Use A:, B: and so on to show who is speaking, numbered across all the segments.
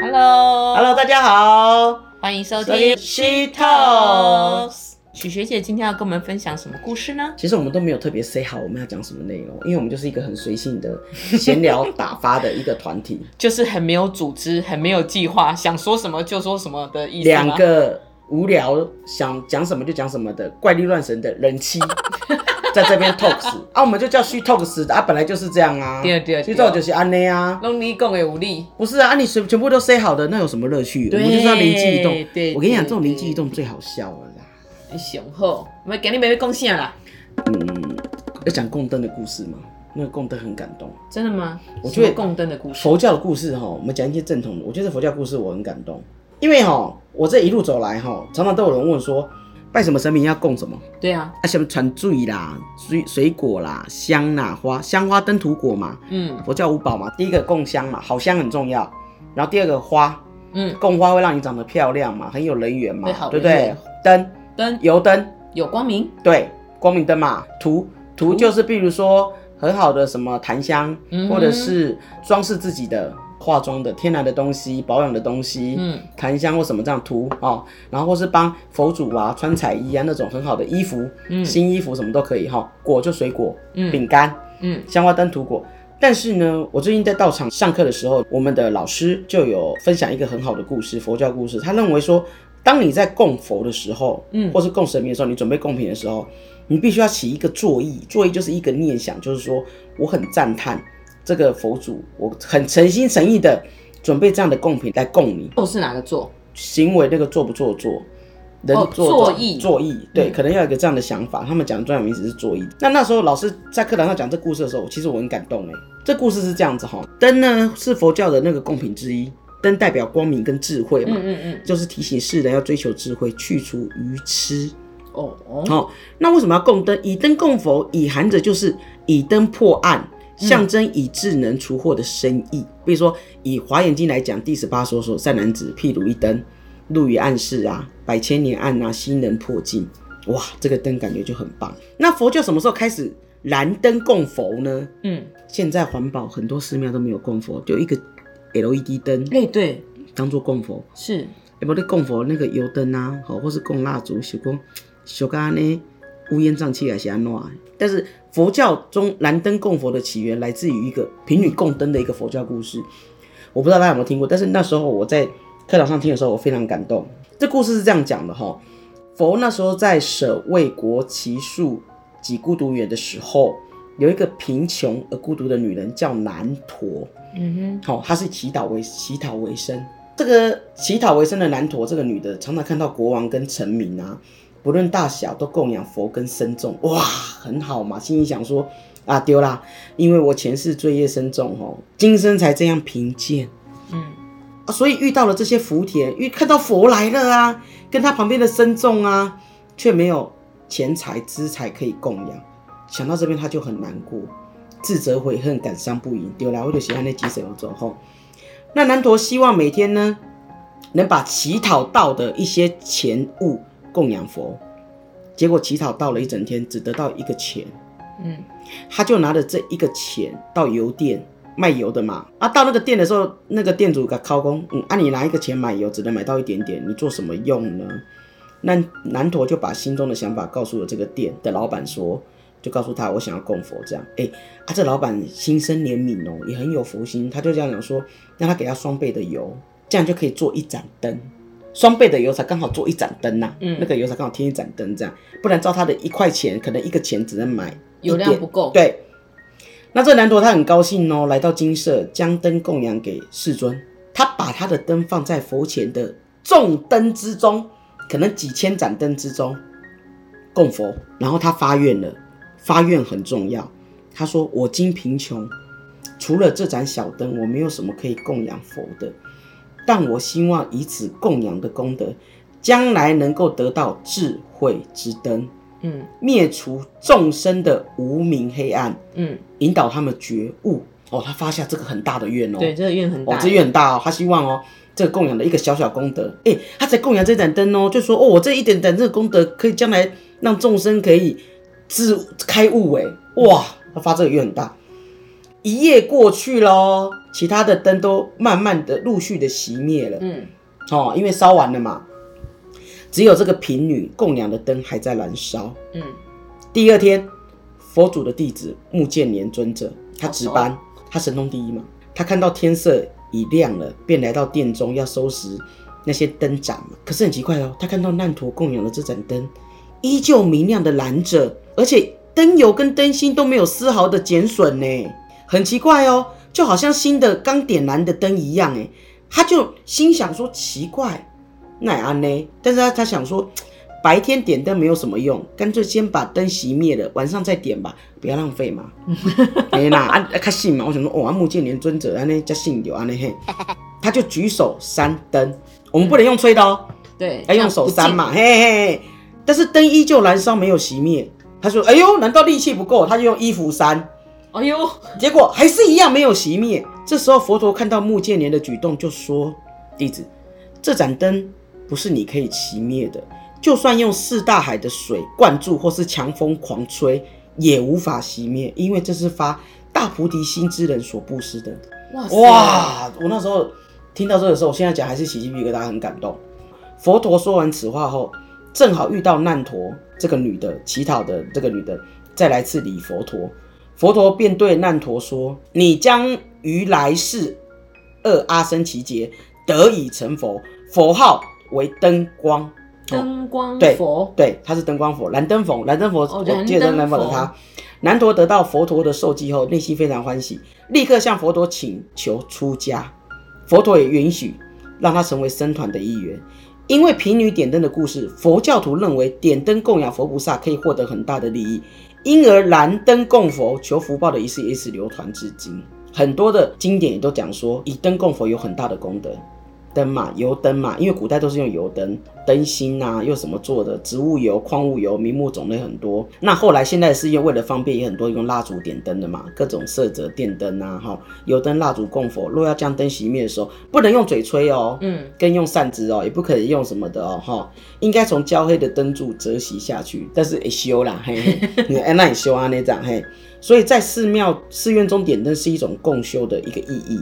A: Hello，
B: Hello，大家好，
A: 欢迎收
B: 收听
A: 听
B: She
A: Talks。许学姐今天要跟我们分享什么故事呢？
B: 其实我们都没有特别 say 好我们要讲什么内容，因为我们就是一个很随性的闲聊打发的一个团体，
A: 就是很没有组织、很没有计划，想说什么就说什么的 意思吗
B: 两个无聊想讲什么就讲什么的怪力乱神的 人妻，在这边 talks 啊，我们就叫 She talks 啊，本来就是这样啊，
A: 对对对
B: She talk 就是安内啊。
A: 拢你讲的有理，
B: 不是啊，啊你全全部都 say 好的，那有什么乐趣？我
A: 对
B: 们就是要灵机一动
A: 对。对
B: 我跟你讲，
A: 对
B: 这种灵机一动最好笑了啦。
A: 上好。我们今日要讲啥啦？
B: 嗯要讲供灯的故事吗？那个供灯很感动。
A: 真的吗？
B: 我觉得
A: 什么共灯的故事。
B: 佛教的故事哈，我们讲一些正统的。我觉得佛教故事我很感动，因为哈，我这一路走来哈，常常都有人问说，拜什么神明要供什么？
A: 对啊，
B: 啊，什么传罪啦、水水果啦、香啦、花香花灯土果嘛，
A: 嗯
B: 佛教五宝嘛。第一个供香嘛，好香很重要。然后第二个花，
A: 嗯，
B: 供花会让你长得漂亮嘛，很有人缘嘛
A: 对好，
B: 对不
A: 人
B: 对
A: 缘？
B: 灯，
A: 灯
B: 油灯，
A: 有光明，
B: 对，光明灯嘛，图图就是比如说很好的什么檀香，
A: 嗯
B: 或者是装饰自己的化妆的天然的东西、保养的东西，
A: 嗯，
B: 檀香或什么这样涂哦，然后或是帮佛祖啊穿彩衣啊那种很好的衣服，
A: 嗯
B: 新衣服什么都可以哈、果就水果，
A: 嗯
B: 饼干，
A: 嗯
B: 香花灯涂果。但是呢，我最近在道场上课的时候，我们的老师就有分享一个很好的故事，佛教故事。他认为说，当你在供佛的时候，
A: 嗯
B: 或是供神明的时候，你准备供品的时候，你必须要起一个作意，作意就是一个念想，就是说我很赞叹这个佛祖，我很诚心诚意的准备这样的贡品来供你。
A: 座哦是哪个座？
B: 行为那个做不做作，人
A: 哦
B: 做
A: 作意
B: 作意，对，
A: 嗯
B: 可能要有一个这样的想法。他们讲的专有名词是作意。那那时候老师在课堂上讲这故事的时候，其实我很感动哎。这故事是这样子哈，灯呢是佛教的那个贡品之一，灯代表光明跟智慧嘛，
A: 嗯嗯
B: 就是提醒世人要追求智慧，去除愚痴。
A: 嗯，哦哦，
B: 哦，那为什么要供灯？以灯供佛，以含着就是以灯破案，象征以智能除祸的深意。比如说，以《华严经》来讲，第十八所说善男子，譬如一灯，入于暗室啊，百千年暗啊，心能破尽。哇，这个灯感觉就很棒。那佛教什么时候开始燃灯供佛呢？
A: 嗯，
B: 现在环保很多寺庙都没有供佛，就一个 LED 灯
A: 哎对，
B: 当做供佛。
A: 是，
B: 要不你供佛那个油灯啊，好，或是供蜡烛，是讲小家呢乌烟瘴气还是安怎的？但是佛教中燃灯供佛的起源来自于一个贫女供灯的一个佛教故事，我不知道大家有没有听过，但是那时候我在课堂上听的时候，我非常感动。这故事是这样讲的哈，佛那时候在舍卫国祇树及孤独园的时候，有一个贫穷而孤独的女人叫南陀，
A: 嗯
B: 好、她是乞讨为乞讨为生。这个乞讨为生的南陀这个女的，常常看到国王跟臣民啊，不论大小都供养佛跟僧众，哇，很好嘛。心里想说啊，丢啦，因为我前世罪业深重哦，今生才这样贫贱
A: 哼，嗯
B: 啊，所以遇到了这些福田，遇看到佛来了啊，跟他旁边的僧众啊，却没有钱财资财可以供养，想到这边他就很难过，自责悔恨，感伤不已，丢啦，我就喜欢那几首走后。那南陀希望每天呢，能把乞讨到的一些钱物供养佛，结果乞讨到了一整天，只得到一个钱，
A: 嗯，
B: 他就拿着这一个钱到油店卖油的嘛。啊，到那个店的时候，那个店主给他敲工，嗯，啊，你拿一个钱买油，只能买到一点点，你做什么用呢？那南陀就把心中的想法告诉了这个店的老板说，就告诉他我想要供佛这样。哎、啊，这老板心生怜悯哦，也很有福心，他就这样讲说，让他给他双倍的油，这样就可以做一盏灯。双倍的油才刚好做一盏灯呐、
A: 嗯
B: 那个油才刚好添一盏灯这样，不然照他的一块钱，可能一个钱只能买一
A: 油量
B: 点
A: 不够
B: 对，那这南陀他很高兴哦，来到金舍将灯供养给世尊，他把他的灯放在佛前的众灯之中，可能几千盏灯之中供佛，然后他发愿了，发愿很重要。他说：“我今贫穷，除了这盏小灯，我没有什么可以供养佛的，但我希望以此供养的功德，将来能够得到智慧之灯，
A: 嗯
B: 灭除众生的无明黑暗。”
A: 嗯，
B: 引导他们觉悟。哦，他发下这个很大的愿哦，
A: 对，这个愿很
B: 哦
A: 大，，
B: 这愿很大哦，他希望哦，这个供养的一个小小功德，哎，他才供养这盏灯哦，就说哦，我这一点点这个功德，可以将来让众生可以自开悟，哎，哇，他发这个愿很大。一夜过去喽，其他的灯都慢慢的陆续的熄灭了。
A: 嗯，
B: 哦，因为烧完了嘛，只有这个贫女供养的灯还在燃烧。
A: 嗯，
B: 第二天，佛祖的弟子木建年尊者，他值班，他神通第一嘛，他看到天色已亮了，便来到殿中要收拾那些灯盏嘛。可是很奇怪哦，他看到难陀供养的这盏灯依旧明亮的燃着，而且灯油跟灯芯都没有丝毫的减损呢，很奇怪哦，就好像新的刚点燃的灯一样哎。他就心想说奇怪，那也安呢？但是他他想说，白天点灯没有什么用，干脆先把灯熄灭了，晚上再点吧，不要浪费嘛。 哎啦，啊啊，较信嘛，我想说，哦，啊，木建连尊者安尼才信有安尼嘿，他就举手扇灯，我们不能用吹的哦，
A: 对，
B: 要用手扇
A: 嗯
B: 嘛，嘿嘿嘿。但是灯依旧燃烧，没有熄灭。他说：“哎呦，难道力气不够？”他就用衣服扇，
A: 这样不近。哎呦，
B: 结果还是一样没有熄灭。这时候佛陀看到木建年的举动，就说：“弟子，这盏灯不是你可以熄灭的，就算用四大海的水灌注或是强风狂吹，也无法熄灭，因为这是发大菩提心之人所布施的。”
A: 哇塞
B: 哇！我那时候听到这个时候，我现在讲还是起鸡皮疙瘩，很感动。佛陀说完此话后，正好遇到难陀这个女的乞讨的这个女的，再来次礼佛陀。佛陀便对难陀说：“你将于来世二阿僧祇劫得以成佛，佛号为灯光。”
A: 灯光
B: 对
A: 佛，
B: 对，他是灯光佛，燃灯佛，燃灯佛，
A: 哦
B: 我记得
A: 燃
B: 燃灯
A: 灯
B: 佛
A: 佛
B: 的他。南陀得到佛陀的授记后，内心非常欢喜，立刻向佛陀请求出家。佛陀也允许让他成为僧团的一员。因为贫女点灯的故事，佛教徒认为点灯供养佛菩萨可以获得很大的利益，因而燃灯供佛求福报的仪式也一直流传至今。很多的经典也都讲说，以灯供佛有很大的功德。灯嘛，油灯嘛，因为古代都是用油灯，灯芯啊，又什么做的，植物油、矿物油，名目种类很多。那后来现在是因为为了方便，也很多用蜡烛点灯的嘛，各种色泽电灯啊，哈，油灯、蜡烛供佛。若要将灯熄灭的时候，不能用嘴吹哦，
A: 嗯，
B: 跟用扇子哦，也不可以用什么的哦，哈，应该从焦黑的灯柱折袭下去，但是也修啦，嘿嘿，你哎那也修啊那张嘿，所以在寺庙寺院中点灯是一种共修的一个意义。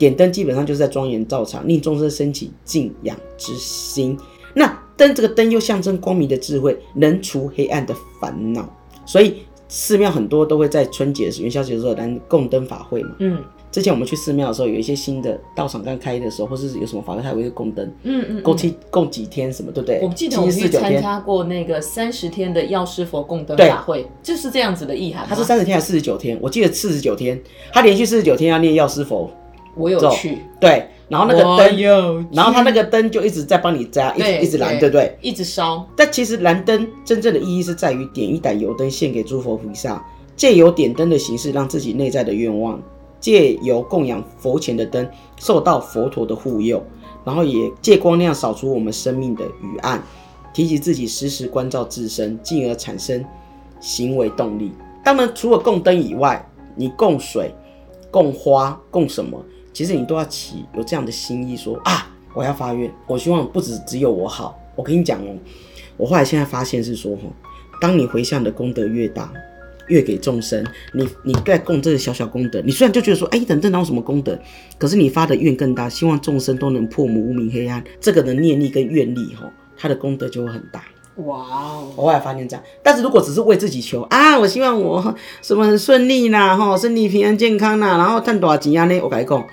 B: 点灯基本上就是在庄严道场，令众生升起敬仰之心。那灯这个灯又象征光明的智慧，能除黑暗的烦恼。所以寺庙很多都会在春节、元宵节的时候来供灯法会嘛。
A: 嗯
B: 之前我们去寺庙的时候，有一些新的道场刚开的时候，或是有什么法会，它也会供灯，
A: 嗯嗯，
B: 供
A: 嗯
B: 七供几天什么，对不对？
A: 我记得
B: 七
A: 我
B: 日
A: 们
B: 四
A: 去
B: 九
A: 参
B: 天，
A: 加过那个三十天的药师佛供灯
B: 对
A: 法会，就是这样子的意涵吗。
B: 它是三十天还是四十九天？我记得四十九天，它连续四十九天要念药师佛，
A: 我有
B: 走
A: 去，
B: 对，然后那个
A: 我
B: 灯，
A: 哦有去，
B: 然后它那个灯就一直在帮你加，一直
A: 对
B: 一直燃，
A: 对
B: 对不对？
A: 一直烧，
B: 但其实燃灯真正的意义是在于点一盏油灯献给诸佛菩萨，借由点灯的形式让自己内在的愿望，借由供养佛前的灯受到佛陀的护佑，然后也借光亮扫除我们生命的余暗，提起自己时时关照自身，进而产生行为动力。当然，除了供灯以外，你供水、供花、供什么，其实你都要起有这样的心意说啊，我要发愿，我希望不只只有我好。我跟你讲哦，我后来现在发现是说，哈，当你回向的功德越大，越给众生，你你在供这个小小功德，你虽然就觉得说，哎，等等，哪有什么功德？可是你发的愿更大，希望众生都能破除无明黑暗，这个的念力跟愿力，哈，他的功德就会很大。
A: 哇哦，
B: 我后来发现这样，但是如果只是为自己求啊，我希望我什么很顺利啦，吼，身体平安健康啦，然后赚大钱啊，呢，我跟你讲，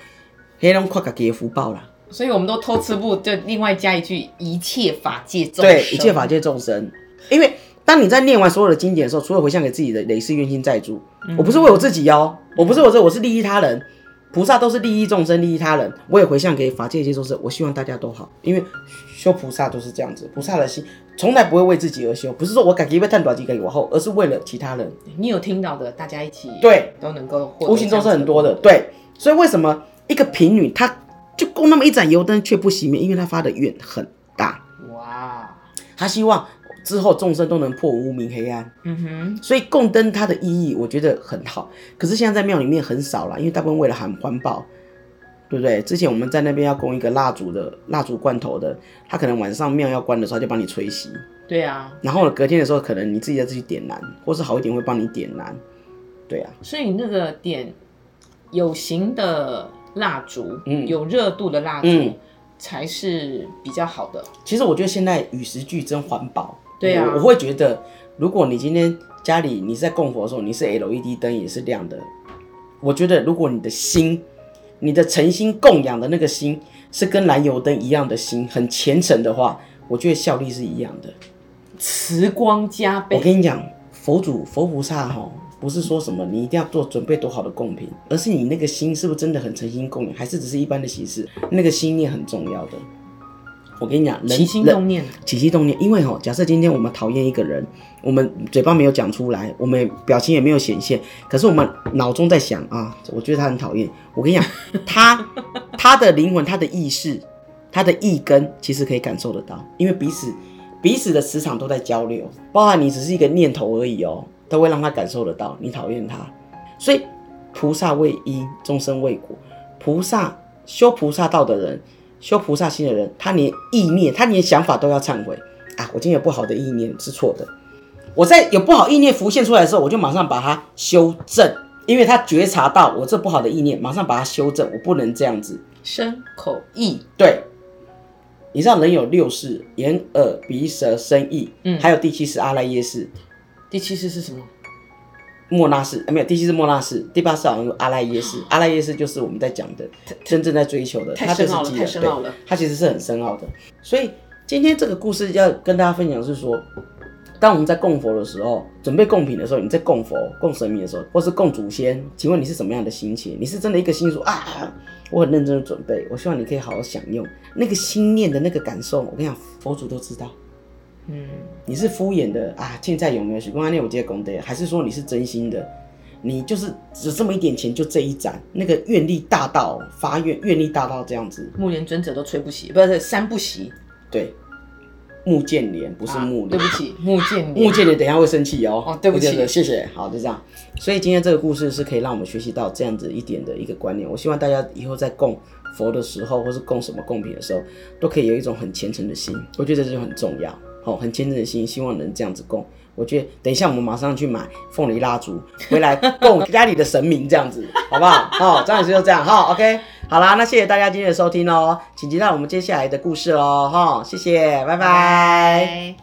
B: 黑拢靠自己的福报啦。
A: 所以我们都偷吃不，就另外加一句一切法界众
B: 对，
A: 生
B: 一切法界众生。因为当你在念完所有的经典的时候，除了回向给自己的累世冤亲债主，
A: 嗯
B: 我不是为我自己哦，我不是我这，我是利益他人。菩萨都是利益众生、利益他人，我也回向给法界一切众生。我希望大家都好，因为修菩萨都是这样子，菩萨的心从来不会为自己而修，不是说我感激被探短期给我后，而是为了其他人。
A: 你有听到的，大家一起
B: 对，
A: 都能够获得
B: 无形中是很多的，
A: 这样子
B: 对。所以为什么一个贫女她就供那么一盏油灯却不熄灭？因为她发的愿很大，
A: 的功德。哇，哦
B: 她希望之后众生都能破无明黑暗。
A: 嗯哼，
B: 所以供灯它的意义，我觉得很好。可是现在在庙里面很少了，因为大部分为了喊环保，对不对？之前我们在那边要供一个蜡烛的蜡烛罐头的，他可能晚上庙要关的时候他就帮你吹熄，
A: 对啊，
B: 然后隔天的时候可能你自己再自己点燃，或是好一点会帮你点燃。对啊，
A: 所以你那个点有形的蜡烛，
B: 嗯
A: 有热度的蜡烛、
B: 嗯
A: 才是比较好的。
B: 其实我觉得现在与时俱增，环保。
A: 对啊
B: 我我会觉得，如果你今天家里你是在供佛的时候，你是 LED 灯也是亮的。我觉得，如果你的心，你的诚心供养的那个心是跟燃油灯一样的心，很虔诚的话，我觉得效力是一样的。
A: 慈光加
B: 我
A: 倍，
B: 跟你讲，佛祖佛菩萨哈、不是说什么你一定要做准备多好的贡品，而是你那个心是不是真的很诚心供养，还是只是一般的形式？那个心念很重要的。我跟你讲，人
A: 起心
B: 人
A: 动念，
B: 起心动念，因为哦，假设今天我们讨厌一个人，我们嘴巴没有讲出来，我们表情也没有显现，可是我们脑中在想啊，我觉得他很讨厌。我跟你讲，他他的灵魂、他的意识、他的意根，其实可以感受得到，因为彼此彼此的磁场都在交流，包含你只是一个念头而已哦，都会让他感受得到你讨厌他。所以菩萨为因，众生为果。菩萨修菩萨道的人，修菩萨心的人，他连意念，他连想法都要忏悔啊！我今天有不好的意念是错的，我在有不好意念浮现出来的时候，我就马上把它修正，因为他觉察到我这不好的意念，马上把它修正，我不能这样子。
A: 身口意，
B: 对，你知道人有六识：眼、耳、鼻、舌、身、意，
A: 嗯
B: 还有第七识阿赖耶识、
A: 第七识是什么？
B: 莫那识，啊没有第七是莫那识，第八是好像是阿赖耶识，阿赖耶识就是我们在讲的真正在追求的，
A: 哦太
B: 它就
A: 深
B: 是
A: 奥了，
B: 基
A: 太
B: 的，
A: 深
B: 对
A: 奥了。
B: 它其实是很深奥的。所以今天这个故事要跟大家分享是说，当我们在供佛的时候，准备供品的时候，你在供佛、供神明的时候，或是供祖先，请问你是什么样的心情？你是真的一个心说啊，我很认真的准备，我希望你可以好好享用那个心念的那个感受。我跟你讲，佛祖都知道。
A: 嗯，
B: 你是敷衍的啊？现在有没有许光安念我接功德？还是说你是真心的？你就是只这么一点钱，就这一盏，那个愿力大到发愿，愿力大到这样子。
A: 木莲尊者都吹不习，不是三不习，
B: 对，木建莲不
A: 不
B: 是木
A: 啊对
B: 莲、
A: 不起，木剑莲
B: 木建莲等一下会生气哦。
A: 哦对不起
B: 我觉得谢谢。好，就这样。所以今天这个故事是可以让我们学习到这样子一点的一个观念。我希望大家以后在供佛的时候，或是供什么供品的时候，都可以有一种很虔诚的心。我觉得这就很重要。哦，很虔诚的心，希望能这样子供。我觉得等一下我们马上去买凤梨蜡烛回来 供家里的神明，这样子好不好？哦，张老师就这样哈、o k 好啦，那谢谢大家今天的收听哦，请期待我们接下来的故事哦，哈、谢谢，拜拜
A: 拜